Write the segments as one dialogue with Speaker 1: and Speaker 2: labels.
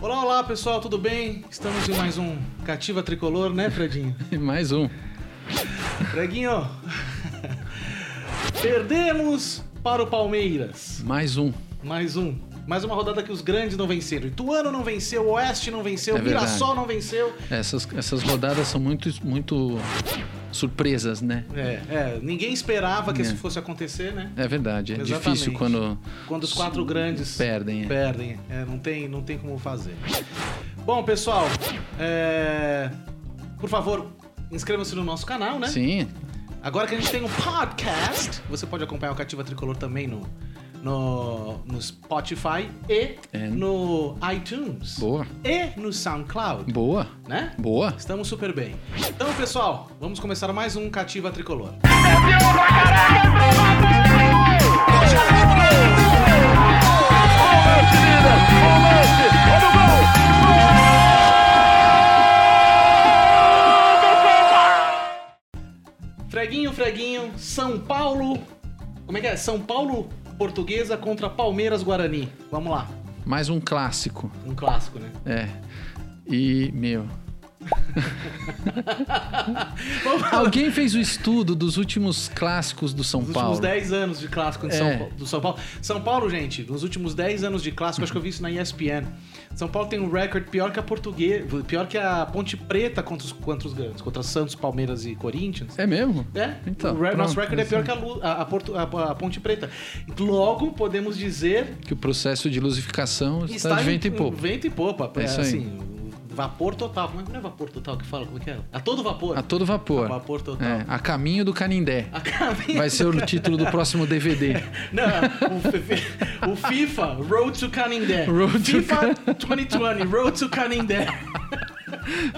Speaker 1: Olá pessoal, tudo bem? Estamos em mais um Cativa Tricolor, né, Fredinho?
Speaker 2: E mais um.
Speaker 1: Freguinho, perdemos para o Palmeiras.
Speaker 2: Mais um.
Speaker 1: Mais um. Mais uma rodada que os grandes não venceram. Ituano não venceu, Oeste não venceu,
Speaker 2: É verdade.
Speaker 1: Mirassol não venceu.
Speaker 2: Essas, essas rodadas são muito, muito surpresas, né?
Speaker 1: É, é, ninguém esperava que
Speaker 2: É.
Speaker 1: isso fosse acontecer, né?
Speaker 2: É verdade. É
Speaker 1: Exatamente.
Speaker 2: difícil quando.
Speaker 1: Quando os quatro grandes
Speaker 2: Perdem, é.
Speaker 1: perdem. É, não, tem, não tem como fazer. Bom, pessoal, é, por favor, inscreva-se no nosso canal, né?
Speaker 2: Sim.
Speaker 1: Agora que a gente tem um podcast, você pode acompanhar o Cativa Tricolor também no, no, no Spotify e
Speaker 2: É.
Speaker 1: no iTunes
Speaker 2: Boa.
Speaker 1: e no SoundCloud,
Speaker 2: Boa.
Speaker 1: né?
Speaker 2: Boa.
Speaker 1: Estamos super bem. Então, pessoal, vamos começar mais um Cativa Tricolor. Freguinho, freguinho, São Paulo. Como é que é? São Paulo Portuguesa contra Palmeiras Guarani. Vamos lá.
Speaker 2: Mais um clássico.
Speaker 1: Um clássico, né?
Speaker 2: É. E, meu.
Speaker 1: Vamos lá.
Speaker 2: Alguém fez o estudo dos últimos clássicos do São
Speaker 1: Nos últimos
Speaker 2: Paulo.
Speaker 1: 10 anos de clássico de
Speaker 2: É.
Speaker 1: São Paulo, do São Paulo. São Paulo, gente, nos últimos 10 anos de clássico, acho que eu vi isso na ESPN. São Paulo tem um recorde pior que a portuguesa, pior que a Ponte Preta contra os, contra os grandes, contra Santos, Palmeiras e Corinthians.
Speaker 2: É mesmo?
Speaker 1: É,
Speaker 2: Então,
Speaker 1: o re- nosso
Speaker 2: pronto,
Speaker 1: recorde é
Speaker 2: assim.
Speaker 1: pior que a, Lu- a- a Porto- a- a Ponte Preta. Logo, podemos dizer
Speaker 2: Que o processo de luzificação
Speaker 1: que
Speaker 2: está de vento
Speaker 1: em- um
Speaker 2: e pouco.
Speaker 1: Vento e popa, é,
Speaker 2: É isso aí.
Speaker 1: assim, vapor total. Como é- Não é vapor total que fala? Como é que é? A todo vapor.
Speaker 2: A todo vapor.
Speaker 1: Vapor total.
Speaker 2: É, a caminho do Canindé.
Speaker 1: A caminho
Speaker 2: Vai ser o título do próximo DVD.
Speaker 1: Não, o, fi- o FIFA, Road to Canindé.
Speaker 2: Road to
Speaker 1: FIFA 2020, Road to Canindé.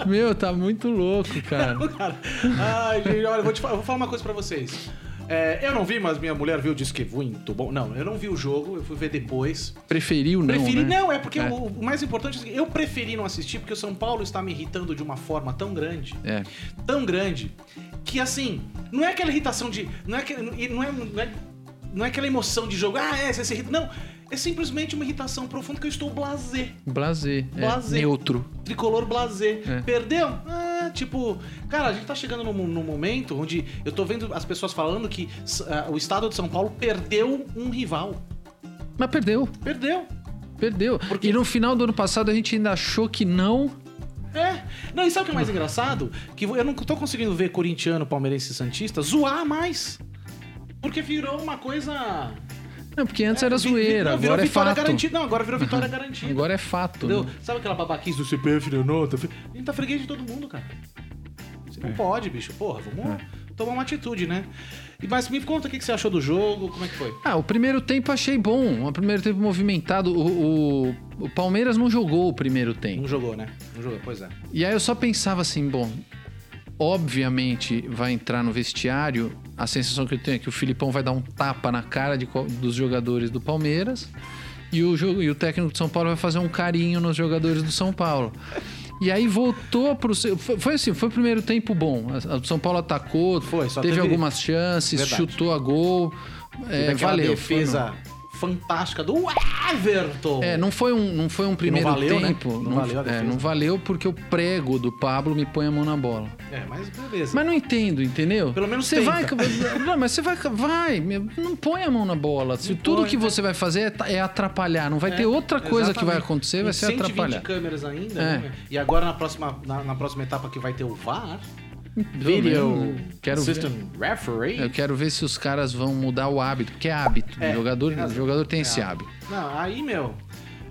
Speaker 2: Meu, tá muito louco, cara.
Speaker 1: Cara, ai, gente, olha, eu vou, te fa- eu vou falar uma coisa pra vocês. É, eu não vi, mas minha mulher viu e disse que é muito bom. Não, eu não vi o jogo, eu fui ver depois.
Speaker 2: Preferiu não,
Speaker 1: Preferi,
Speaker 2: né?
Speaker 1: não, é porque
Speaker 2: É.
Speaker 1: O, o mais importante é que eu preferi não assistir porque o São Paulo está me irritando de uma forma tão grande.
Speaker 2: É.
Speaker 1: tão grande que assim, não é aquela irritação de. Não é, aquele- e não é, não é, não é aquela emoção de jogo, ah, é, você se irrita. Não. É simplesmente uma irritação profunda que eu estou blasé.
Speaker 2: Blazer. é,
Speaker 1: Blazer.
Speaker 2: neutro.
Speaker 1: Tricolor blasé.
Speaker 2: É.
Speaker 1: Perdeu? Ah, tipo. Cara, a gente tá chegando num, num momento onde eu tô vendo as pessoas falando que ah, o estado de São Paulo perdeu um rival.
Speaker 2: Mas perdeu.
Speaker 1: Perdeu.
Speaker 2: Perdeu. E no final do ano passado a gente ainda achou que não.
Speaker 1: É. Não, e sabe o que é mais engraçado? Que eu não tô conseguindo ver corintiano, palmeirense e santista zoar mais. Porque virou uma coisa.
Speaker 2: Não, porque antes era
Speaker 1: Vi- vi-
Speaker 2: zoeira,
Speaker 1: não, virou
Speaker 2: agora é
Speaker 1: vitória
Speaker 2: fato.
Speaker 1: garantida. Não, agora virou vitória garantida.
Speaker 2: Agora é fato.
Speaker 1: Entendeu?
Speaker 2: né?
Speaker 1: Sabe aquela babaquice do CPF, não, não, tá... fe- A gente tá freguês de todo mundo, cara. Você
Speaker 2: É.
Speaker 1: não pode, bicho. Porra, vamos tomar uma atitude, né? E, mas me conta o que que você achou do jogo, como é que foi?
Speaker 2: Ah, o primeiro tempo achei bom. O primeiro tempo movimentado. O, o, o Palmeiras não jogou o primeiro tempo.
Speaker 1: Não jogou, né? Não jogou, pois é.
Speaker 2: E aí eu só pensava assim, bom, obviamente vai entrar no vestiário. A sensação que eu tenho é que o Filipão vai dar um tapa na cara de qual- dos jogadores do Palmeiras. E o, jo- e o técnico de São Paulo vai fazer um carinho nos jogadores do São Paulo. E aí voltou pro seu. Foi, foi assim, foi o primeiro tempo bom. A- a- O São Paulo atacou,
Speaker 1: Foi, só
Speaker 2: teve,
Speaker 1: teve-
Speaker 2: algumas chances,
Speaker 1: Verdade.
Speaker 2: chutou a gol.
Speaker 1: E
Speaker 2: É,
Speaker 1: daquela
Speaker 2: valeu. foi no-
Speaker 1: defesa fantástica do Everton.
Speaker 2: é, não foi um, não foi um primeiro
Speaker 1: valeu, né?
Speaker 2: tempo.
Speaker 1: Não valeu a
Speaker 2: é,
Speaker 1: defesa.
Speaker 2: não valeu porque o prego do Pablo me põe a mão na bola.
Speaker 1: É, mas beleza.
Speaker 2: Mas não entendo, entendeu?
Speaker 1: Pelo menos
Speaker 2: você vai,
Speaker 1: tenta.
Speaker 2: não, mas você vai, vai, meu, não põe a mão na bola. Se tudo
Speaker 1: põe,
Speaker 2: que
Speaker 1: né?
Speaker 2: você vai fazer é ta- é, atrapalhar, não vai ter outra coisa que vai
Speaker 1: Exatamente.
Speaker 2: acontecer, vai
Speaker 1: E
Speaker 2: ser
Speaker 1: 120
Speaker 2: atrapalhar.
Speaker 1: câmeras ainda,
Speaker 2: É.
Speaker 1: né? E agora na próxima, na, na próxima etapa que vai ter o VAR,
Speaker 2: Pelo
Speaker 1: Video
Speaker 2: menos, quero ver, É.
Speaker 1: System Referee.
Speaker 2: eu quero ver se os caras vão mudar o hábito, porque é hábito.
Speaker 1: É,
Speaker 2: o jogador,
Speaker 1: tem
Speaker 2: o
Speaker 1: razão.
Speaker 2: jogador tem
Speaker 1: É
Speaker 2: esse
Speaker 1: hábito.
Speaker 2: hábito.
Speaker 1: Não, aí, meu.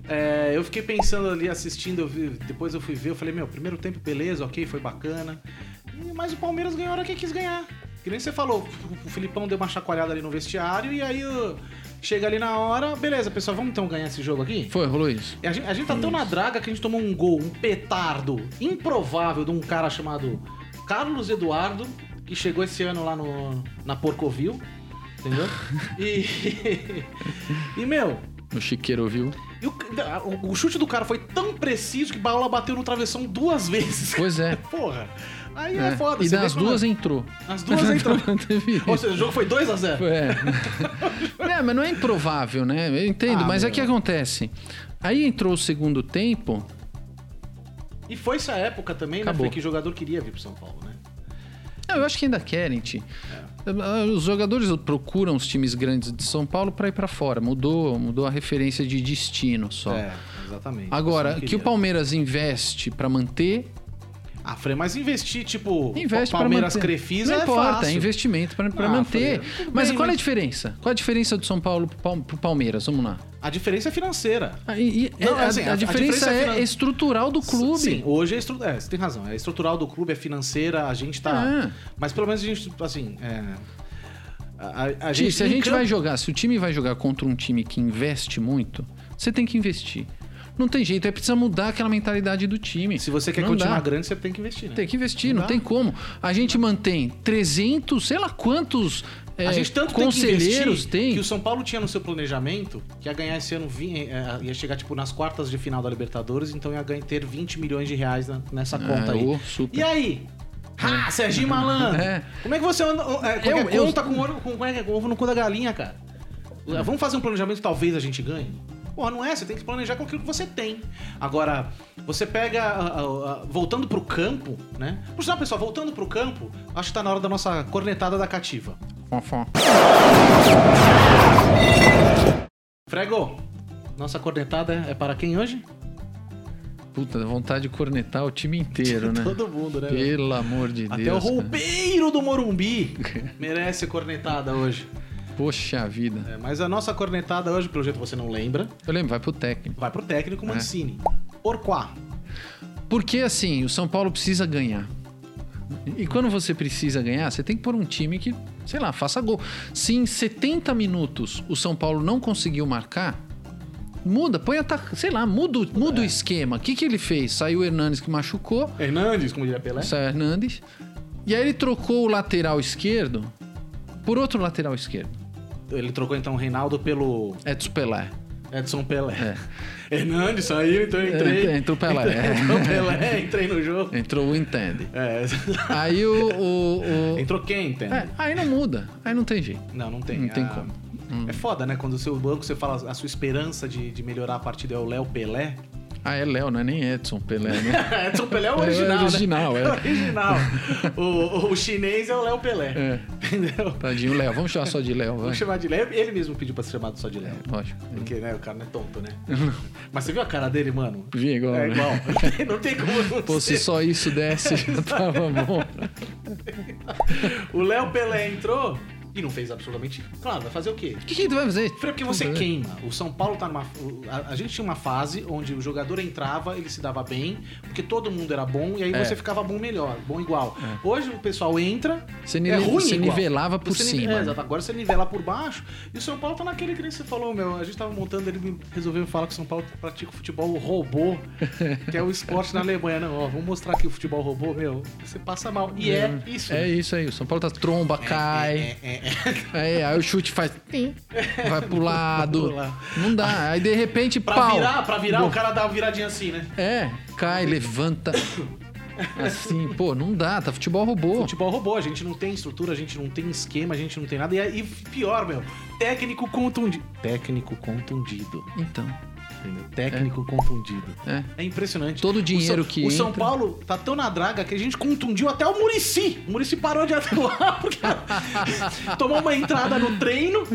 Speaker 1: é, eu fiquei pensando ali, assistindo, eu vi- depois eu fui ver, eu falei, meu, primeiro tempo, beleza, ok, foi bacana. E- Mas o Palmeiras ganhou a hora que quis ganhar. Que nem você falou, o- o Filipão deu uma chacoalhada ali no vestiário e aí ó, chega ali na hora, beleza, pessoal, vamos então ganhar esse jogo aqui?
Speaker 2: Foi, rolou isso.
Speaker 1: E A gente, a gente tá tão na draga que a gente tomou um gol, um petardo improvável de um cara chamado Carlos Eduardo, que chegou esse ano lá no, na Porcovil, entendeu? E, e meu,
Speaker 2: O Chiqueiro ouviu.
Speaker 1: e o, o chute do cara foi tão preciso que a bola bateu no travessão duas vezes.
Speaker 2: Pois é.
Speaker 1: Porra, aí é,
Speaker 2: é.
Speaker 1: foda.
Speaker 2: e
Speaker 1: você vê
Speaker 2: das
Speaker 1: como-
Speaker 2: duas entrou.
Speaker 1: As duas entrou.
Speaker 2: Teve isso.
Speaker 1: Ou seja, o jogo foi 2x0.
Speaker 2: É. É, mas não é improvável, né? Eu entendo,
Speaker 1: Ah,
Speaker 2: mas é
Speaker 1: meu.
Speaker 2: que acontece. Aí entrou o segundo tempo,
Speaker 1: E foi essa época também, né?
Speaker 2: Acabou.
Speaker 1: Fê, que jogador queria vir pro São Paulo, né?
Speaker 2: Não, eu acho que ainda querem, Ti. Ah, Os jogadores procuram os times grandes de São Paulo para ir para fora. Mudou, mudou a referência de destino só.
Speaker 1: É, exatamente. Só
Speaker 2: Agora,
Speaker 1: não
Speaker 2: que o
Speaker 1: queria.
Speaker 2: Palmeiras investe para manter,
Speaker 1: Ah, Frei, mas investir, tipo,
Speaker 2: investe para
Speaker 1: Palmeiras
Speaker 2: manter.
Speaker 1: Crefisa
Speaker 2: Não
Speaker 1: é
Speaker 2: importa,
Speaker 1: fácil.
Speaker 2: é investimento para
Speaker 1: Ah,
Speaker 2: manter.
Speaker 1: Frei, tudo
Speaker 2: mas
Speaker 1: bem,
Speaker 2: qual é a
Speaker 1: mas-
Speaker 2: diferença? Qual é a diferença do São Paulo pro Pal- pro Palmeiras? Vamos lá.
Speaker 1: A diferença é financeira.
Speaker 2: Ah, e- e-
Speaker 1: Não,
Speaker 2: é- a,
Speaker 1: assim,
Speaker 2: a
Speaker 1: a- a
Speaker 2: diferença
Speaker 1: diferença
Speaker 2: é
Speaker 1: finan-
Speaker 2: estrutural do clube.
Speaker 1: Sim, hoje é, estru... é, você tem razão. É estrutural do clube, é financeira, a gente tá.
Speaker 2: É.
Speaker 1: Mas pelo menos a gente, assim. É... A, a- a
Speaker 2: Ti,
Speaker 1: gente
Speaker 2: se a
Speaker 1: em
Speaker 2: gente
Speaker 1: campo-
Speaker 2: vai jogar, se o time vai jogar contra um time que investe muito, você tem que investir. Não tem jeito, é preciso mudar aquela mentalidade do time.
Speaker 1: Se você quer
Speaker 2: Não
Speaker 1: continuar
Speaker 2: dá.
Speaker 1: grande, você tem que investir, né?
Speaker 2: Tem que investir,
Speaker 1: Não
Speaker 2: não,
Speaker 1: dá.
Speaker 2: tem como. A gente mantém 300, sei lá quantos
Speaker 1: a
Speaker 2: eh,
Speaker 1: gente tanto
Speaker 2: conselheiros
Speaker 1: tem que investir
Speaker 2: tem.
Speaker 1: que o São Paulo tinha no seu planejamento que ia ganhar esse ano vi- eh, ia chegar tipo nas quartas de final da Libertadores, então ia ganhar ter 20 milhões de reais na- nessa conta
Speaker 2: Ah,
Speaker 1: tá aí.
Speaker 2: ô, super.
Speaker 1: E aí? Ah, Serginho Malandro!
Speaker 2: É.
Speaker 1: Como é que você anda, eh, como é que
Speaker 2: Eu-
Speaker 1: conta
Speaker 2: eu-
Speaker 1: com, ouro, com, como é que é, com ovo no cu da galinha, cara? Vamos fazer um planejamento que talvez a gente ganhe? Porra, não é, você tem que planejar com aquilo que você tem. Agora, você pega. ah, ah, ah, voltando pro campo, né? Por sinal, pessoal, voltando pro campo, acho que tá na hora da nossa cornetada da cativa.
Speaker 2: Fofó.
Speaker 1: Frego, nossa cornetada é para quem hoje?
Speaker 2: Puta, dá vontade de cornetar o time inteiro, né?
Speaker 1: Todo mundo, né? velho?
Speaker 2: Pelo amor de
Speaker 1: Até
Speaker 2: Deus.
Speaker 1: o
Speaker 2: cara.
Speaker 1: roupeiro do Morumbi merece cornetada hoje.
Speaker 2: Poxa vida.
Speaker 1: É, mas a nossa cornetada hoje, pelo jeito você não lembra,
Speaker 2: Eu lembro, vai pro técnico.
Speaker 1: vai pro técnico
Speaker 2: É.
Speaker 1: Mancini. Orquá.
Speaker 2: Porque assim, o São Paulo precisa ganhar. E quando você precisa ganhar, você tem que pôr um time que, sei lá, faça gol. Se em 70 minutos o São Paulo não conseguiu marcar, muda, põe ataque, sei lá, muda, o- muda o esquema. O que, que ele fez? Saiu o Hernanes que machucou,
Speaker 1: Hernandes, como diria Pelé.
Speaker 2: saiu o Hernandes, e aí ele trocou o lateral esquerdo por outro lateral esquerdo.
Speaker 1: Ele trocou então o Reinaldo pelo
Speaker 2: Edson Pelé.
Speaker 1: Edson Pelé. Hernandes saiu, então eu
Speaker 2: É,
Speaker 1: entrei. Então,
Speaker 2: entrou o Pelé. é.
Speaker 1: Entrou o Pelé, entrei no jogo.
Speaker 2: Entrou o Entende.
Speaker 1: É.
Speaker 2: Aí o. o- o-
Speaker 1: Entrou quem, entende?
Speaker 2: É, aí não muda, aí não tem jeito.
Speaker 1: Não, não tem.
Speaker 2: Não tem
Speaker 1: Ah,
Speaker 2: como. Hum.
Speaker 1: É foda, né? Quando o seu banco, você fala a sua esperança de, de melhorar a partida é o Léo Pelé.
Speaker 2: Ah, é Léo, não é nem Edson Pelé, né?
Speaker 1: Edson Pelé é o original,
Speaker 2: É o original,
Speaker 1: né?
Speaker 2: é.
Speaker 1: o original. O, o- o chinês é o Léo Pelé.
Speaker 2: É.
Speaker 1: Entendeu?
Speaker 2: Tadinho Léo, vamos chamar só de Léo, vai.
Speaker 1: Vamos chamar de Léo. Ele mesmo pediu pra ser chamado só de Léo.
Speaker 2: Lógico.
Speaker 1: Porque, né, o cara não é tonto, né? Mas você viu a cara dele, mano?
Speaker 2: Vi igual,
Speaker 1: É
Speaker 2: né?
Speaker 1: igual. Não tem- Não tem como não
Speaker 2: Pô,
Speaker 1: ser.
Speaker 2: se só isso desse, já tava bom.
Speaker 1: O Léo Pelé entrou e não fez absolutamente nada. Vai fazer o quê?
Speaker 2: O que, que tu vai fazer?
Speaker 1: Frei, porque
Speaker 2: É Uhum.
Speaker 1: você queima. O São Paulo tá numa. o- A, a gente tinha uma fase onde o jogador entrava, ele se dava bem, porque todo mundo era bom, e aí
Speaker 2: É.
Speaker 1: você ficava bom melhor, bom igual. Hoje o pessoal entra.
Speaker 2: Você
Speaker 1: é
Speaker 2: nive-
Speaker 1: ruim
Speaker 2: você
Speaker 1: igual.
Speaker 2: nivelava por
Speaker 1: Você nive-
Speaker 2: cima.
Speaker 1: é, exato. Agora você nivela por baixo. E o São Paulo tá naquele que nem você falou, meu. A gente tava montando, ele me- resolveu falar que o São Paulo pratica o futebol robô, que é o esporte na Alemanha. Não, ó, vamos mostrar aqui o futebol robô, meu. Você passa mal. E é, isso.
Speaker 2: É isso aí, o São Paulo tá tromba, cai.
Speaker 1: É, é, é.
Speaker 2: Aí, aí o chute faz. tim, Vai pro lado.
Speaker 1: Pro lado.
Speaker 2: Não dá. Aí de repente,
Speaker 1: Pra
Speaker 2: pau.
Speaker 1: virar, pra virar, o cara dá uma viradinha assim, né?
Speaker 2: É, cai, levanta. Assim, pô, não dá, tá futebol robô.
Speaker 1: Futebol é robô, a gente não tem estrutura, a gente não tem esquema, a gente não tem nada. E, e pior, meu, técnico contundido. Técnico contundido.
Speaker 2: Então,
Speaker 1: Entendeu? Técnico contundido.
Speaker 2: é.
Speaker 1: É impressionante.
Speaker 2: Todo o dinheiro
Speaker 1: o São,
Speaker 2: que
Speaker 1: O São
Speaker 2: entra-
Speaker 1: Paulo tá tão na draga que a gente contundiu até o Murici. O Murici parou de atuar porque tomou uma entrada no treino.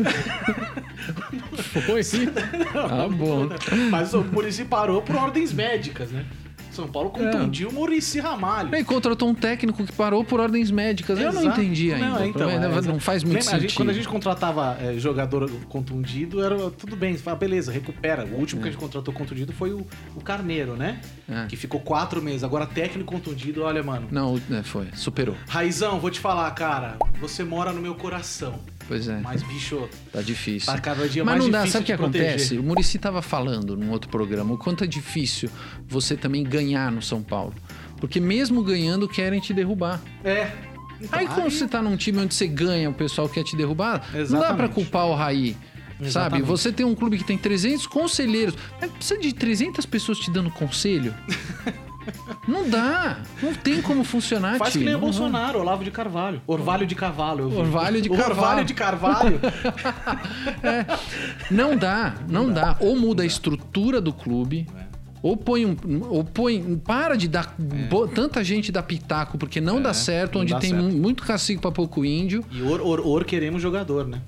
Speaker 2: Foi. Tá bom.
Speaker 1: Mas o Murici parou por ordens médicas, né? São Paulo
Speaker 2: É.
Speaker 1: contundiu o Murici Ramalho.
Speaker 2: E contratou um técnico que parou por ordens médicas. Eu não
Speaker 1: Exato.
Speaker 2: entendi
Speaker 1: Não,
Speaker 2: ainda.
Speaker 1: é, então,
Speaker 2: Também
Speaker 1: é,
Speaker 2: não,
Speaker 1: exato.
Speaker 2: não faz muito
Speaker 1: Lembra, a
Speaker 2: sentido.
Speaker 1: gente- quando a gente contratava é, jogador contundido, era tudo bem, você fala, beleza, recupera. O último que a gente contratou contundido foi o, o Carneiro, né?
Speaker 2: É.
Speaker 1: Que ficou quatro meses. Agora, técnico contundido, olha, mano.
Speaker 2: Não, é, foi. Superou.
Speaker 1: Raizão, vou te falar, cara, você mora no meu coração.
Speaker 2: Pois é.
Speaker 1: Mas, bicho,
Speaker 2: Tá difícil.
Speaker 1: tá cada dia
Speaker 2: Mas
Speaker 1: mais
Speaker 2: não dá,
Speaker 1: difícil
Speaker 2: sabe o que
Speaker 1: de proteger.
Speaker 2: acontece? O Murici tava falando num outro programa o quanto é difícil você também ganhar no São Paulo. Porque mesmo ganhando, querem te derrubar.
Speaker 1: É. Então,
Speaker 2: Aí quando você tá num time onde você ganha, o pessoal quer te derrubar, não dá
Speaker 1: Exatamente.
Speaker 2: pra culpar o Raí. Sabe?
Speaker 1: Exatamente.
Speaker 2: Você tem um clube que tem 300 conselheiros, mas precisa de 300 pessoas te dando conselho? não dá. Não tem como funcionar,
Speaker 1: Faz
Speaker 2: tio.
Speaker 1: que nem o
Speaker 2: Não- não-
Speaker 1: Bolsonaro, Olavo de Carvalho. Orvalho de Cavalo. eu vi.
Speaker 2: Orvalho de
Speaker 1: Orvalho
Speaker 2: Carvalho.
Speaker 1: de Carvalho.
Speaker 2: Uhum.
Speaker 1: É.
Speaker 2: Não dá, não dá. Ou muda a estrutura do clube, Ou põe um. Ou põe. Para de dar. bo- Tanta gente dá pitaco, porque não
Speaker 1: É,
Speaker 2: dá certo,
Speaker 1: não
Speaker 2: onde
Speaker 1: dá
Speaker 2: tem
Speaker 1: certo.
Speaker 2: mu- muito cacique pra pouco índio.
Speaker 1: E or, or, or queremos jogador, né?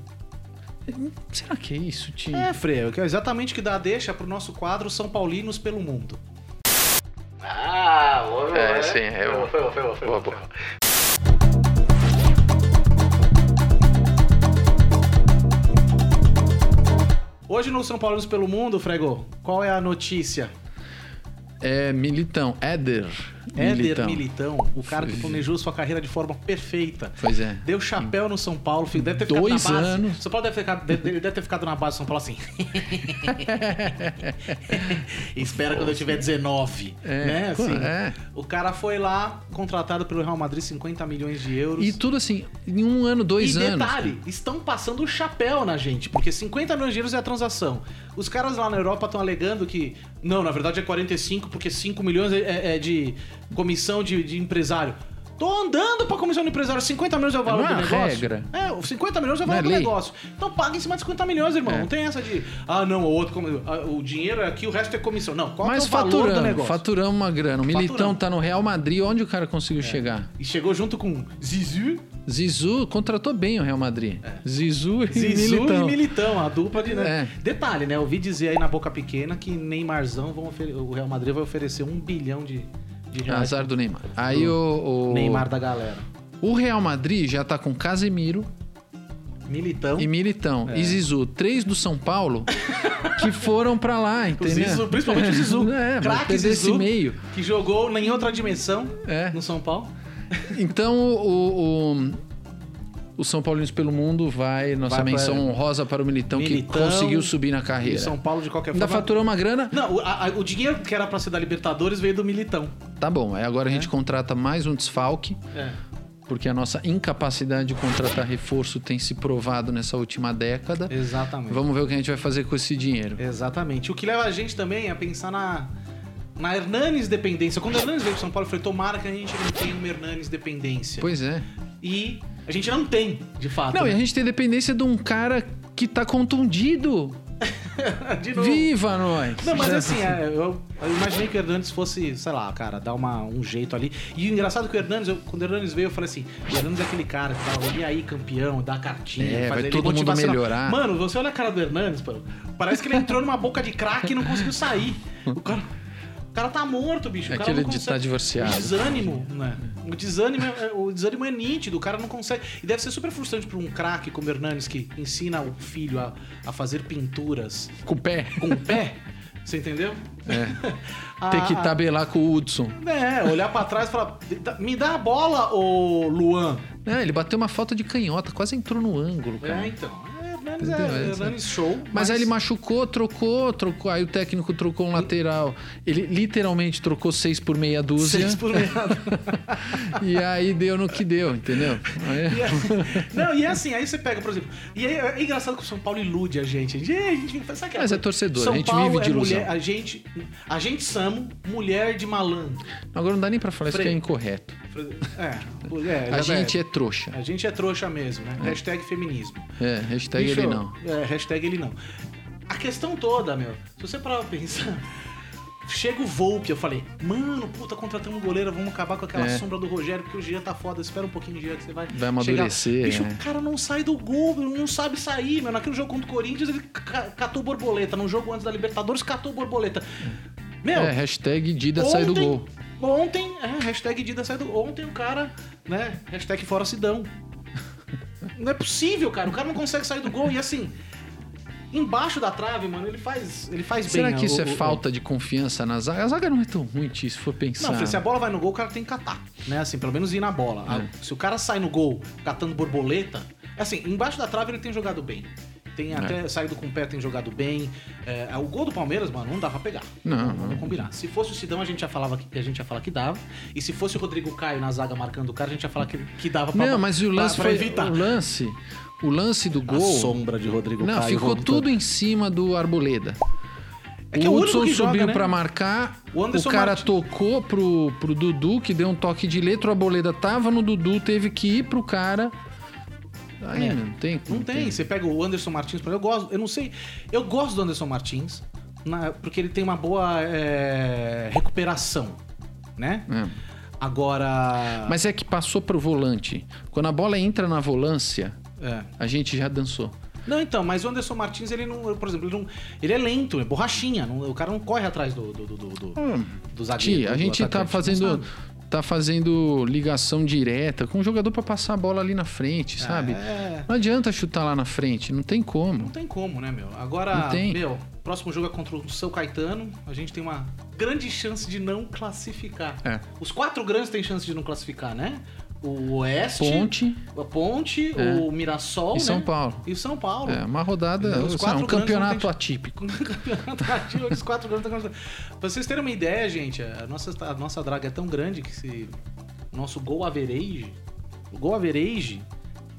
Speaker 2: Será que é isso, Tim?
Speaker 1: É, Freio, que é exatamente o que dá a deixa pro nosso quadro São Paulinos pelo Mundo.
Speaker 3: Ah, boa, boa.
Speaker 2: É,
Speaker 3: né?
Speaker 2: sim, é
Speaker 3: Foi
Speaker 2: boa.
Speaker 3: Foi bom, foi bom, foi
Speaker 2: Boa,
Speaker 3: bom.
Speaker 2: boa.
Speaker 1: Hoje no São Paulinos pelo Mundo, Frego, qual é a notícia?
Speaker 2: É Militão. Éder.
Speaker 1: Éder Militão, o cara que
Speaker 2: Foi.
Speaker 1: planejou sua carreira de forma perfeita.
Speaker 2: Pois é.
Speaker 1: Deu chapéu no São Paulo, filho. Deve ter ficado
Speaker 2: Dois
Speaker 1: na base.
Speaker 2: anos.
Speaker 1: São Paulo deve ter, ficado- de- ele deve ter ficado na base do São Paulo assim. Espera quando eu tiver 19.
Speaker 2: É,
Speaker 1: né? Assim,
Speaker 2: é.
Speaker 1: O cara foi lá, contratado pelo Real Madrid, 50 milhões de euros.
Speaker 2: E tudo assim, em um ano, dois
Speaker 1: e
Speaker 2: anos.
Speaker 1: detalhe, estão passando o chapéu na gente, porque 50 milhões de euros é a transação. Os caras lá na Europa estão alegando que, não, na verdade é 45, porque 5 milhões é- é, é de comissão de, de empresário. Tô andando pra comissão de empresário, 50 milhões é o valor
Speaker 2: Não é
Speaker 1: do
Speaker 2: uma
Speaker 1: negócio.
Speaker 2: regra.
Speaker 1: É, o 50 milhões é o
Speaker 2: Não é
Speaker 1: valor do
Speaker 2: lei. É.
Speaker 1: negócio. Então paga em cima de 50 milhões, irmão. Não tem essa de, ah, não, o outro, comi- ah, o dinheiro é aqui, o resto é comissão. Não, qual que
Speaker 2: Mas
Speaker 1: é o valor do
Speaker 2: faturamos,
Speaker 1: negócio?
Speaker 2: faturamos uma grana. O Militão
Speaker 1: Faturamos. É.
Speaker 2: tá no Real Madrid, onde o cara conseguiu chegar?
Speaker 1: E chegou junto com Zizu,
Speaker 2: Zizou contratou bem o Real Madrid. Zizou e
Speaker 1: Zizu
Speaker 2: Militão.
Speaker 1: É. e Militão, a dupla de. Né?
Speaker 2: É.
Speaker 1: Detalhe, né? Eu ouvi dizer aí na boca pequena que Neymarzão vão ofere- o Real Madrid vai oferecer um bilhão de, de reais
Speaker 2: Azar do Neymar. Aí o,
Speaker 1: pro
Speaker 2: o-
Speaker 1: Neymar da galera.
Speaker 2: o Real Madrid já tá com Casemiro
Speaker 1: Militão.
Speaker 2: e Militão
Speaker 1: É.
Speaker 2: e Zizou, três do São Paulo que foram pra lá,
Speaker 1: O
Speaker 2: entendeu?
Speaker 1: Zizu, principalmente o Zizu.
Speaker 2: É, mas
Speaker 1: craque
Speaker 2: teve
Speaker 1: Zizu,
Speaker 2: esse meio.
Speaker 1: Que jogou em outra dimensão
Speaker 2: É.
Speaker 1: no São Paulo.
Speaker 2: Então o, o, o São Paulinos pelo mundo vai nossa
Speaker 1: Vai pra-
Speaker 2: menção honrosa para o Militão, que
Speaker 1: Militão
Speaker 2: conseguiu subir na
Speaker 1: E
Speaker 2: carreira.
Speaker 1: São Paulo, de qualquer
Speaker 2: Ainda
Speaker 1: forma.
Speaker 2: faturou uma grana?
Speaker 1: Não, o, a- a- o dinheiro que era pra ser da Libertadores veio do Militão.
Speaker 2: Tá bom, aí agora a gente contrata mais um desfalque,
Speaker 1: É.
Speaker 2: porque a nossa incapacidade de contratar reforço tem se provado nessa última
Speaker 1: É.
Speaker 2: década.
Speaker 1: Exatamente.
Speaker 2: Vamos ver o que a gente vai fazer com esse dinheiro.
Speaker 1: Exatamente. O que leva a gente também a pensar na, na Hernanes dependência. Quando o Hernanes veio para São Paulo, eu falei, tomara que a gente não tenha uma Hernanes dependência.
Speaker 2: Pois é.
Speaker 1: E a gente não tem, de fato.
Speaker 2: Não, e
Speaker 1: né?
Speaker 2: a gente tem dependência de um cara que tá contundido.
Speaker 1: de novo.
Speaker 2: Viva nós!
Speaker 1: Não, mas
Speaker 2: Já-
Speaker 1: assim, é, eu, eu imaginei que o Hernanes fosse, sei lá, cara, dar uma, um jeito ali. E o engraçado é que o Hernanes, eu- quando o Hernanes veio, eu falei assim: o Hernanes é aquele cara que fala, olha aí, campeão, dá cartinha,
Speaker 2: É, vai
Speaker 1: ele
Speaker 2: todo mundo
Speaker 1: motivacional."
Speaker 2: melhorar.
Speaker 1: Mano, você olha a cara do Hernanes, pô, parece que ele entrou numa boca de crack e não conseguiu sair. O cara. O cara tá morto, bicho. O cara
Speaker 2: Aquele
Speaker 1: não
Speaker 2: de
Speaker 1: consegue...
Speaker 2: tá divorciado.
Speaker 1: O desânimo, né? O desânimo, é, o desânimo é nítido, o cara não consegue. E deve ser super frustrante pra um craque como o Hernanes que ensina o filho a- a fazer pinturas
Speaker 2: Com o pé.
Speaker 1: com o pé. Você entendeu? É.
Speaker 2: Ter que tá- tabelar com o Hudson.
Speaker 1: É, olhar pra trás e falar: me dá a bola, ô Luan.
Speaker 2: É, ele bateu uma falta de canhota, quase entrou no ângulo, cara.
Speaker 1: É, então. É, Hernanes
Speaker 2: Entendeu?
Speaker 1: é,
Speaker 2: É,
Speaker 1: Hernanes show.
Speaker 2: Mas aí ele machucou, trocou, trocou. Aí o técnico trocou um lateral. Ele literalmente trocou seis por meia dúzia.
Speaker 1: Seis por meia.
Speaker 2: E aí deu no que deu, entendeu? Aí-
Speaker 1: E é- Não, e é assim, aí você pega, por exemplo. E aí é engraçado que o São Paulo ilude a gente. A gente, a gente sabe que
Speaker 2: Mas é torcedor,
Speaker 1: São
Speaker 2: a gente
Speaker 1: Paulo
Speaker 2: vive de
Speaker 1: é
Speaker 2: ilusão.
Speaker 1: mulher, a gente, a gente samo, mulher de malandro.
Speaker 2: Agora não dá nem pra falar isso que
Speaker 1: Freio.
Speaker 2: é incorreto.
Speaker 1: É, é,
Speaker 2: A
Speaker 1: é,
Speaker 2: gente é trouxa.
Speaker 1: a gente é trouxa mesmo, né? Hashtag feminismo.
Speaker 2: É, hashtag
Speaker 1: Bicho,
Speaker 2: ele não.
Speaker 1: É, hashtag ele não. A questão toda, meu, se você parar pra pensar. Chega o Volpe, eu falei, mano, puta, contratamos um goleiro, vamos acabar com aquela
Speaker 2: É.
Speaker 1: sombra do Rogério, porque o Jean tá foda, espera um pouquinho, Jean, que você vai.
Speaker 2: Vai
Speaker 1: chegar."
Speaker 2: amadurecer,
Speaker 1: Bicho,
Speaker 2: é.
Speaker 1: o cara não sai do gol, meu, não sabe sair, meu. Naquele jogo contra o Corinthians, ele ca- catou borboleta. No jogo antes da Libertadores, catou borboleta. Meu,
Speaker 2: É, hashtag Dida sai do gol.
Speaker 1: Ontem, é, hashtag Dida sai do gol. Ontem o cara, né? Hashtag fora Sidão. Não é possível, cara. O cara não consegue sair do gol. E assim, embaixo da trave, mano, ele faz, ele faz bem.
Speaker 2: Será
Speaker 1: né,
Speaker 2: que isso
Speaker 1: o-
Speaker 2: é
Speaker 1: o-
Speaker 2: falta de confiança na zaga? A zaga não é tão ruim, Ti, se for pensar.
Speaker 1: Não, é Fê, se a bola vai no gol, o cara tem que catar. Né? Assim, pelo menos ir na bola.
Speaker 2: É.
Speaker 1: Ah, Se o cara sai no gol catando borboleta, assim, embaixo da trave ele tem jogado bem. Tem
Speaker 2: É.
Speaker 1: até saído com o pé, tem jogado bem. É, o gol do Palmeiras, mano, não dá pra pegar.
Speaker 2: Não,
Speaker 1: Vamos combinar. Se fosse o Sidão, a gente já falava que, a gente ia falar que dava. E se fosse o Rodrigo Caio na zaga marcando o cara, a gente ia falar que, que dava pra
Speaker 2: Não, mas o lance
Speaker 1: pra, pra
Speaker 2: foi.
Speaker 1: evitar.
Speaker 2: O lance. O lance do
Speaker 1: A
Speaker 2: gol.
Speaker 1: sombra de Rodrigo
Speaker 2: Não,
Speaker 1: Caio.
Speaker 2: ficou
Speaker 1: voltando.
Speaker 2: tudo em cima do Arboleda.
Speaker 1: É que é o
Speaker 2: o
Speaker 1: único
Speaker 2: Hudson
Speaker 1: que joga,
Speaker 2: subiu
Speaker 1: né?
Speaker 2: pra marcar,
Speaker 1: O
Speaker 2: o,
Speaker 1: Anderson
Speaker 2: cara
Speaker 1: Martins.
Speaker 2: tocou pro, pro Dudu, que deu um toque de letra, o Arboleda tava no Dudu, teve que ir pro cara. Aí,
Speaker 1: É.
Speaker 2: não tem
Speaker 1: Não tem. Você pega o Anderson Martins, por exemplo, eu gosto, eu não sei, eu gosto do Anderson Martins. na- porque ele tem uma boa é, recuperação, né?
Speaker 2: É.
Speaker 1: Agora.
Speaker 2: Mas é que passou pro volante. Quando a bola entra na volância,
Speaker 1: é.
Speaker 2: a gente já dançou.
Speaker 1: Não, então, mas o Anderson Martins, ele não. Por exemplo, ele, não, ele é lento, é borrachinha. não- o cara não corre atrás do, do, do, do, do- do zagueiro.
Speaker 2: Ti, Hum, a
Speaker 1: do
Speaker 2: gente tá
Speaker 1: atacante, não
Speaker 2: fazendo
Speaker 1: sabe.
Speaker 2: tá fazendo ligação direta com o jogador pra passar a bola ali na frente, sabe?
Speaker 1: É,
Speaker 2: Não adianta chutar lá na frente, não tem
Speaker 1: não
Speaker 2: como.
Speaker 1: tem como, né, meu? Agora,
Speaker 2: Não tem.
Speaker 1: meu, próximo jogo é contra o São Caetano. A gente tem uma grande chance de não classificar.
Speaker 2: É.
Speaker 1: Os quatro grandes têm chance de não classificar, né? O Oeste,
Speaker 2: Ponte
Speaker 1: a Ponte,
Speaker 2: É.
Speaker 1: o Mirassol,
Speaker 2: e São
Speaker 1: né?
Speaker 2: Paulo.
Speaker 1: E o São Paulo.
Speaker 2: É, uma rodada,
Speaker 1: né? Os
Speaker 2: sei lá,
Speaker 1: quatro
Speaker 2: um
Speaker 1: grandes não
Speaker 2: campeonato
Speaker 1: tem- Com
Speaker 2: atípico.
Speaker 1: o campeonato ativo, eles quatro grandes estão classificados. Pra vocês terem uma ideia, gente, a nossa, a nossa draga é tão grande que se o nosso gol average, o gol average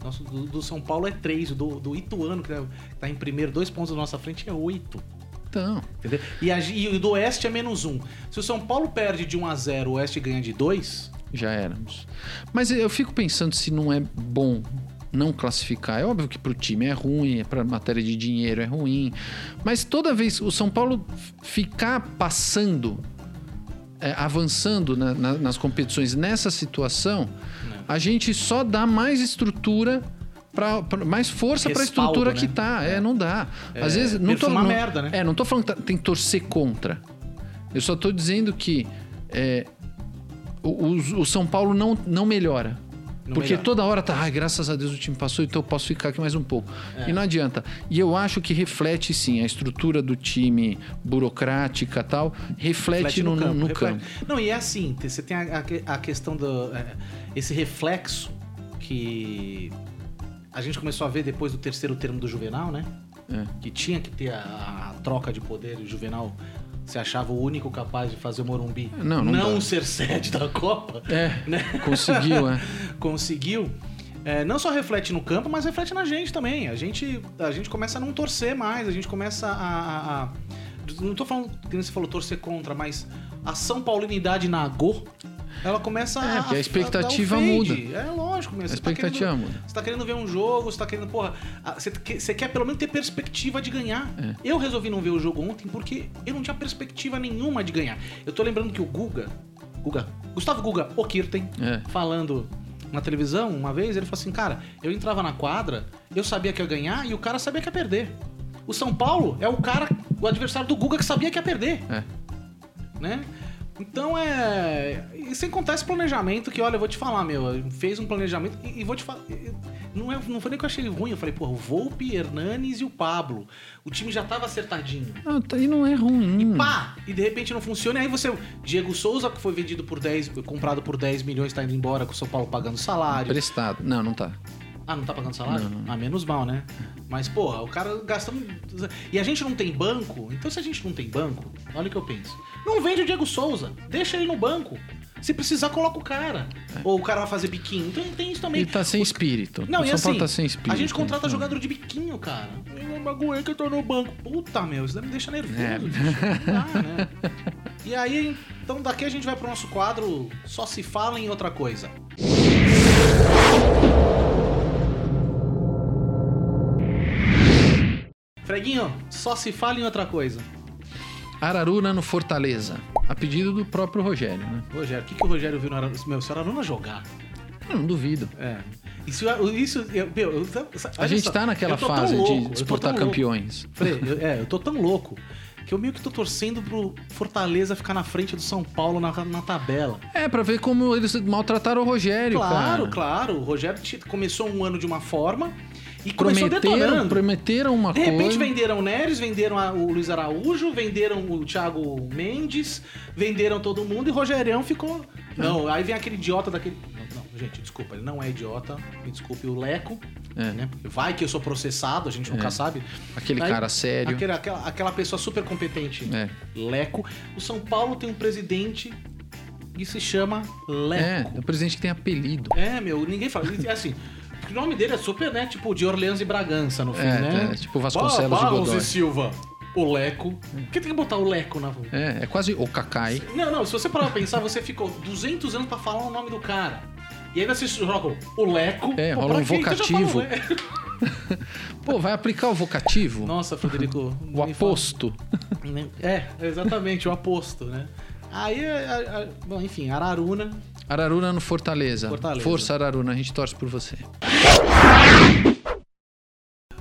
Speaker 1: nosso, do, do São Paulo é 3, do, do Ituano, que tá, tá em primeiro, dois pontos na nossa frente, é 8.
Speaker 2: Então,
Speaker 1: Entendeu? E, a, e o do Oeste é menos 1. Se o São Paulo perde de 1 a 0 o Oeste ganha de 2,
Speaker 2: já éramos. Mas eu fico pensando se não é bom não classificar. É óbvio que pro time é ruim, é pra matéria de dinheiro é ruim. Mas toda vez o São Paulo ficar passando, é, avançando na- na- nas competições nessa situação,
Speaker 1: né?
Speaker 2: a gente só dá mais estrutura. Pra, pra- mais força para a
Speaker 1: Respaldo,
Speaker 2: estrutura
Speaker 1: né?
Speaker 2: que tá. É, não dá. Às
Speaker 1: É,
Speaker 2: vezes, não tô,
Speaker 1: perfuma
Speaker 2: não,
Speaker 1: merda, né?
Speaker 2: É, não tô falando que tá- tem que torcer contra. Eu só tô dizendo que é, o, o- o São Paulo não, não melhora.
Speaker 1: Não
Speaker 2: porque
Speaker 1: melhora.
Speaker 2: toda hora tá, "Ai, graças a Deus o time passou, então eu posso ficar aqui mais um pouco.
Speaker 1: É.
Speaker 2: E não adianta. E eu acho que reflete sim, a estrutura do time burocrática e tal, reflete, no, no- no
Speaker 1: reflete-
Speaker 2: campo.
Speaker 1: Não, e é assim, te- você tem a, a que- a questão do. é, esse reflexo que a gente começou a ver depois do terceiro termo do Juvenal, né?
Speaker 2: É.
Speaker 1: Que tinha que ter a, a troca de poder e o Juvenal se achava o único capaz de fazer o Morumbi
Speaker 2: Não, não dá.
Speaker 1: ser sede da Copa,
Speaker 2: É,
Speaker 1: né?
Speaker 2: conseguiu, é.
Speaker 1: Conseguiu. É, não só reflete no campo, mas reflete na gente também. A gente, a gente começa a não torcer mais, a gente começa a. a- a- não tô falando que nem você falou torcer contra, mas a São Paulinidade na Go, ela começa
Speaker 2: É,
Speaker 1: a.
Speaker 2: porque a
Speaker 1: a-
Speaker 2: expectativa
Speaker 1: dar um fade. É lógico
Speaker 2: A
Speaker 1: mesmo.
Speaker 2: expectativa muda.
Speaker 1: Você tá querendo ver um jogo, você tá querendo, porra, ah, você, que- você quer pelo menos ter perspectiva de ganhar.
Speaker 2: É.
Speaker 1: Eu resolvi não ver o jogo ontem porque eu não tinha perspectiva nenhuma de ganhar. Eu tô lembrando que o Guga, Guga, Gustavo Guga Okirten,
Speaker 2: É.
Speaker 1: falando na televisão uma vez, ele falou assim: "Cara, eu entrava na quadra, eu sabia que ia ganhar e o cara sabia que ia perder. O São Paulo é o cara, o adversário do Guga que sabia que ia perder"
Speaker 2: É.
Speaker 1: né? Então é. E sem contar esse planejamento que, olha, eu vou te falar, meu, fez um planejamento e, e vou te falar. Não, é, não foi nem que eu achei ruim, eu falei, porra, o Volpe, Hernanes e o Pablo. O time já tava acertadinho.
Speaker 2: Ah, tá- e não é ruim.
Speaker 1: Pá! E de repente não funciona. E aí você. Diego Souza, que foi vendido por 10. Comprado por 10 milhões, tá indo embora, com o São Paulo pagando salário.
Speaker 2: Prestado. Não, não tá.
Speaker 1: Ah, não tá pagando salário? Ah, menos mal, né? Mas, porra, o cara gastando. E a gente não tem banco? Então, se a gente não tem banco, olha o que eu penso. Não vende o Diego Souza. Deixa ele no banco. Se precisar, coloca o cara. Ou o cara vai fazer biquinho. Então, tem isso também.
Speaker 2: Ele tá sem espírito.
Speaker 1: Não,
Speaker 2: o
Speaker 1: e
Speaker 2: São Paulo
Speaker 1: assim,
Speaker 2: tá sem espírito.
Speaker 1: a gente contrata
Speaker 2: Então.
Speaker 1: jogador de biquinho, cara. Eu magoei um que eu tô no banco. Puta, meu, isso daí me deixa nervoso.
Speaker 2: É.
Speaker 1: bicho. Não dá, né? E aí, então daqui a gente vai pro nosso quadro Só se fala em outra coisa. Freguinho, só se fala em outra coisa.
Speaker 2: Araruna no Fortaleza. A pedido do próprio Rogério, né?
Speaker 1: Rogério, o que, que o Rogério viu no Arana? Meu, se o Arana jogar.
Speaker 2: Eu não duvido.
Speaker 1: É. E se o- isso. eu- meu, eu-
Speaker 2: A
Speaker 1: olha
Speaker 2: gente
Speaker 1: só,
Speaker 2: tá naquela
Speaker 1: eu tô tão
Speaker 2: fase
Speaker 1: louco, eu
Speaker 2: de
Speaker 1: tô
Speaker 2: disputar
Speaker 1: tão louco.
Speaker 2: campeões.
Speaker 1: Frei, eu- é, eu tô tão louco que eu meio que tô torcendo pro Fortaleza ficar na frente do São Paulo na, na tabela.
Speaker 2: É, pra ver como eles maltrataram o Rogério,
Speaker 1: claro,
Speaker 2: cara.
Speaker 1: claro. O Rogério te- começou um ano de uma forma e começou
Speaker 2: Prometeram,
Speaker 1: detonando.
Speaker 2: prometeram uma
Speaker 1: De repente
Speaker 2: coisa.
Speaker 1: venderam o Neres, venderam a- o Luiz Araújo, venderam o Thiago Mendes, venderam todo mundo e o Rogerião ficou. Não, aí vem aquele idiota daquele. Não, não, gente, desculpa, ele não é idiota. Me desculpe o Leco.
Speaker 2: É.
Speaker 1: Né? Porque Vai que eu sou processado, a gente nunca sabe.
Speaker 2: Aquele
Speaker 1: Aí-
Speaker 2: cara É. sério.
Speaker 1: Aquele- aquela, aquela pessoa super competente.
Speaker 2: É.
Speaker 1: Leco. O São Paulo tem um presidente que se chama
Speaker 2: É,
Speaker 1: Leco.
Speaker 2: é o presidente que tem apelido.
Speaker 1: É, meu, ninguém fala. É assim. O nome dele é super, né? Tipo de Orleans e Bragança, no fim,
Speaker 2: É,
Speaker 1: né?
Speaker 2: é, tipo Vasconcelos
Speaker 1: Ba-
Speaker 2: e
Speaker 1: Barros
Speaker 2: Godoy.
Speaker 1: Silva, o Leco. Por que tem que botar o Leco na.
Speaker 2: É, é quase o Cacai.
Speaker 1: Não, não, se você parar pra pensar, você ficou 200 anos pra falar o nome do cara. E ainda se joga o Leco.
Speaker 2: É,
Speaker 1: Pô,
Speaker 2: rola
Speaker 1: pra
Speaker 2: um
Speaker 1: quê? Então já fala o
Speaker 2: vocativo.
Speaker 1: Leco.
Speaker 2: Pô, vai aplicar o vocativo?
Speaker 1: Nossa, Frederico.
Speaker 2: o
Speaker 1: me fala-
Speaker 2: aposto?
Speaker 1: É, exatamente, o aposto, né? Aí, a- a- bom, enfim, Araruna.
Speaker 2: Araruna no Fortaleza.
Speaker 1: Fortaleza. Tá
Speaker 2: Força Araruna, a gente torce por você.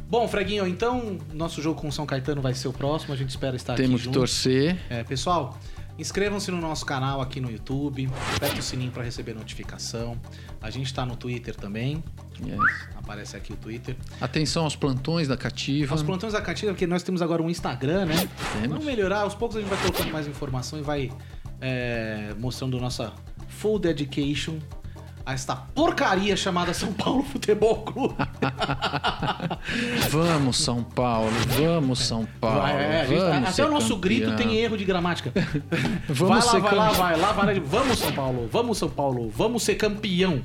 Speaker 1: Bom, Freguinho, então nosso jogo com o São Caetano vai ser o próximo. A gente espera estar
Speaker 2: Temos
Speaker 1: aqui
Speaker 2: que
Speaker 1: junto.
Speaker 2: torcer.
Speaker 1: É, pessoal, inscrevam-se no nosso canal aqui no YouTube, aperta o sininho para receber notificação. A gente tá no Twitter também,
Speaker 2: Yes.
Speaker 1: aparece aqui o Twitter.
Speaker 2: Atenção aos plantões da cativa.
Speaker 1: Nós plantamos a cativa porque nós temos agora um Instagram, né?
Speaker 2: Temos.
Speaker 1: Vamos melhorar, aos poucos a gente vai colocando mais informação e vai é, mostrando nossa full dedication a esta porcaria chamada São Paulo Futebol Clube.
Speaker 2: Vamos, São Paulo. Vamos, São Paulo.
Speaker 1: Vai, é, a gente-
Speaker 2: vamos
Speaker 1: até
Speaker 2: ser
Speaker 1: o nosso grito
Speaker 2: campeão.
Speaker 1: tem erro de gramática.
Speaker 2: Vamos
Speaker 1: vai, lá, vai lá,
Speaker 2: ser campeão.
Speaker 1: vai lá, vai lá. Vamos, São Paulo, vamos, São Paulo, vamos ser campeão.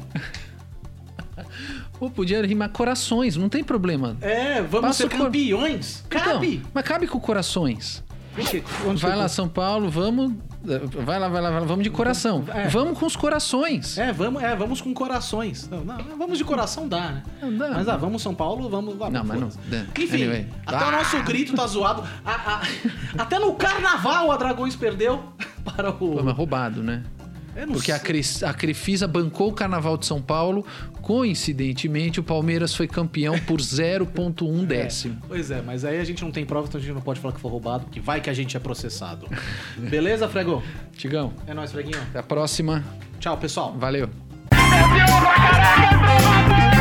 Speaker 2: Pô, podia rimar corações, não tem problema.
Speaker 1: É, vamos
Speaker 2: Passa
Speaker 1: ser
Speaker 2: o cor-
Speaker 1: campeões.
Speaker 2: Então,
Speaker 1: Cabe.
Speaker 2: mas cabe com corações.
Speaker 1: Vem aqui, onde
Speaker 2: Vai
Speaker 1: que
Speaker 2: lá,
Speaker 1: eu
Speaker 2: São Paulo, vamos. eh, Vai lá, vai lá, vai lá, vamos de coração.
Speaker 1: É.
Speaker 2: Vamos com os corações.
Speaker 1: tô? É, vamos, é, vamos com corações. Não, não, vamos de coração dá, né?
Speaker 2: Não dá.
Speaker 1: Mas ah, vamos São Paulo, vamos... ah,
Speaker 2: Não, mas não.
Speaker 1: foda-se.
Speaker 2: dá.
Speaker 1: Enfim,
Speaker 2: Anyway.
Speaker 1: até
Speaker 2: Ah,
Speaker 1: o nosso grito tá zoado. A- a- até no carnaval a Dragões perdeu para o...
Speaker 2: pô, mas roubado, né?
Speaker 1: Eu não
Speaker 2: Porque a,
Speaker 1: sei.
Speaker 2: Cris- a Crefisa bancou o Carnaval de São Paulo. Coincidentemente, o Palmeiras foi campeão por 0,1 décimo.
Speaker 1: Pois é, mas aí a gente não tem prova, então a gente não pode falar que foi roubado, porque vai que a gente é processado. Beleza, Frego?
Speaker 2: Tigão,
Speaker 1: É nóis, Freguinho.
Speaker 2: até a próxima.
Speaker 1: Tchau, pessoal.
Speaker 2: Valeu.
Speaker 3: Brasil pra caraca, Brasil!